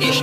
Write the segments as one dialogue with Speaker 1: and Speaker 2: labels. Speaker 1: Ich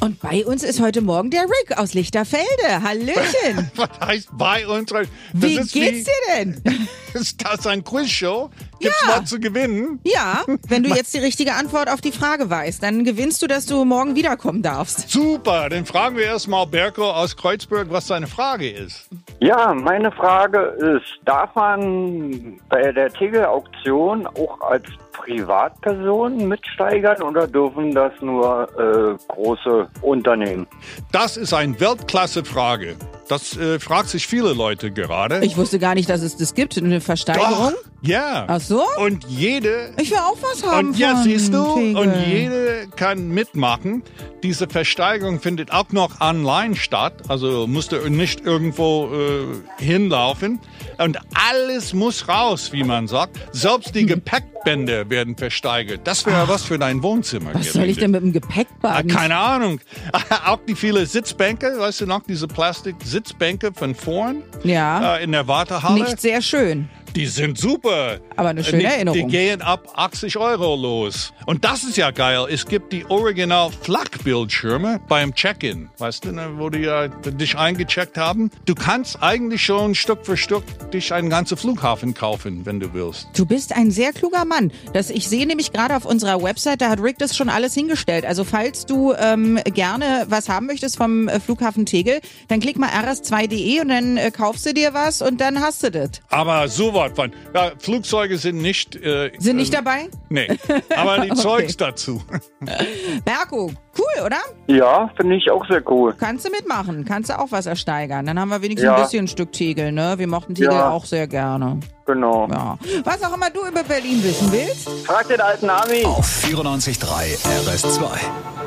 Speaker 2: Und bei uns ist heute Morgen der Rick aus Lichterfelde. Hallöchen.
Speaker 3: Was heißt bei uns? Das
Speaker 2: Wie
Speaker 3: ist
Speaker 2: geht's dir denn?
Speaker 3: Wie, ist das ein Quizshow? Gibt's
Speaker 2: Ja.
Speaker 3: was zu gewinnen?
Speaker 2: Ja, wenn du jetzt die richtige Antwort auf die Frage weißt, dann gewinnst du, dass du morgen wiederkommen darfst.
Speaker 3: Super, dann fragen wir erstmal Berko aus Kreuzberg, was seine Frage ist.
Speaker 4: Ja, meine Frage ist, darf man bei der Tegel-Auktion auch als Privatperson mitsteigern oder dürfen das nur äh, große Unternehmen?
Speaker 3: Das ist eine Weltklasse-Frage. Das äh, fragt sich viele Leute gerade.
Speaker 2: Ich wusste gar nicht, dass es das gibt, eine Versteigerung.
Speaker 3: ja.
Speaker 2: Ach so?
Speaker 3: Und jede
Speaker 2: Ich will auch was haben.
Speaker 3: Und ja,
Speaker 2: von
Speaker 3: siehst du,
Speaker 2: Tegel.
Speaker 3: und jede kann mitmachen. Diese Versteigerung findet auch noch online statt, also musst du nicht irgendwo äh, hinlaufen. Und alles muss raus, wie man sagt. Selbst
Speaker 2: Mhm.
Speaker 3: die Gepäckbänder werden versteigert. Das wäre was für dein Wohnzimmer. Ah,
Speaker 2: Was soll ich denn mit dem Gepäckband?
Speaker 3: Keine Ahnung. Auch die viele Sitzbänke, weißt du noch, diese Plastik-Sitzbänke von vorn
Speaker 2: Ja.
Speaker 3: äh, in der Wartehalle.
Speaker 2: Nicht sehr schön.
Speaker 3: Die sind super.
Speaker 2: Aber eine schöne
Speaker 3: die,
Speaker 2: Erinnerung.
Speaker 3: Die gehen ab 80 Euro los. Und das ist ja geil. Es gibt die original Flachbildschirme beim Check-in. Weißt du, ne, wo die ja dich eingecheckt haben. Du kannst eigentlich schon Stück für Stück dich einen ganzen Flughafen kaufen, wenn du willst.
Speaker 2: Du bist ein sehr kluger Mann. Das, ich sehe nämlich gerade auf unserer Website, da hat Rick das schon alles hingestellt. Also falls du ähm, gerne was haben möchtest vom äh, Flughafen Tegel, dann klick mal rs2.de und dann äh, kaufst du dir was und dann hast du das.
Speaker 3: Aber so was von. Ja, Flugzeuge sind nicht. Äh,
Speaker 2: Sind nicht
Speaker 3: äh,
Speaker 4: Ähm.
Speaker 2: dabei?
Speaker 3: Nee. Aber die
Speaker 2: Okay.
Speaker 3: Zeugs dazu.
Speaker 2: Berko, cool, oder?
Speaker 4: Ja, finde ich auch sehr cool.
Speaker 2: Kannst du mitmachen, kannst du auch was ersteigern. Dann haben wir wenigstens
Speaker 4: Ja.
Speaker 2: ein bisschen ein Stück Tegel, ne? Wir mochten Tegel
Speaker 4: Ja.
Speaker 2: auch sehr gerne.
Speaker 4: Genau.
Speaker 2: Ja. Was auch immer du über Berlin wissen willst.
Speaker 4: Frag den alten Ami.
Speaker 5: Auf 94.3 RS2.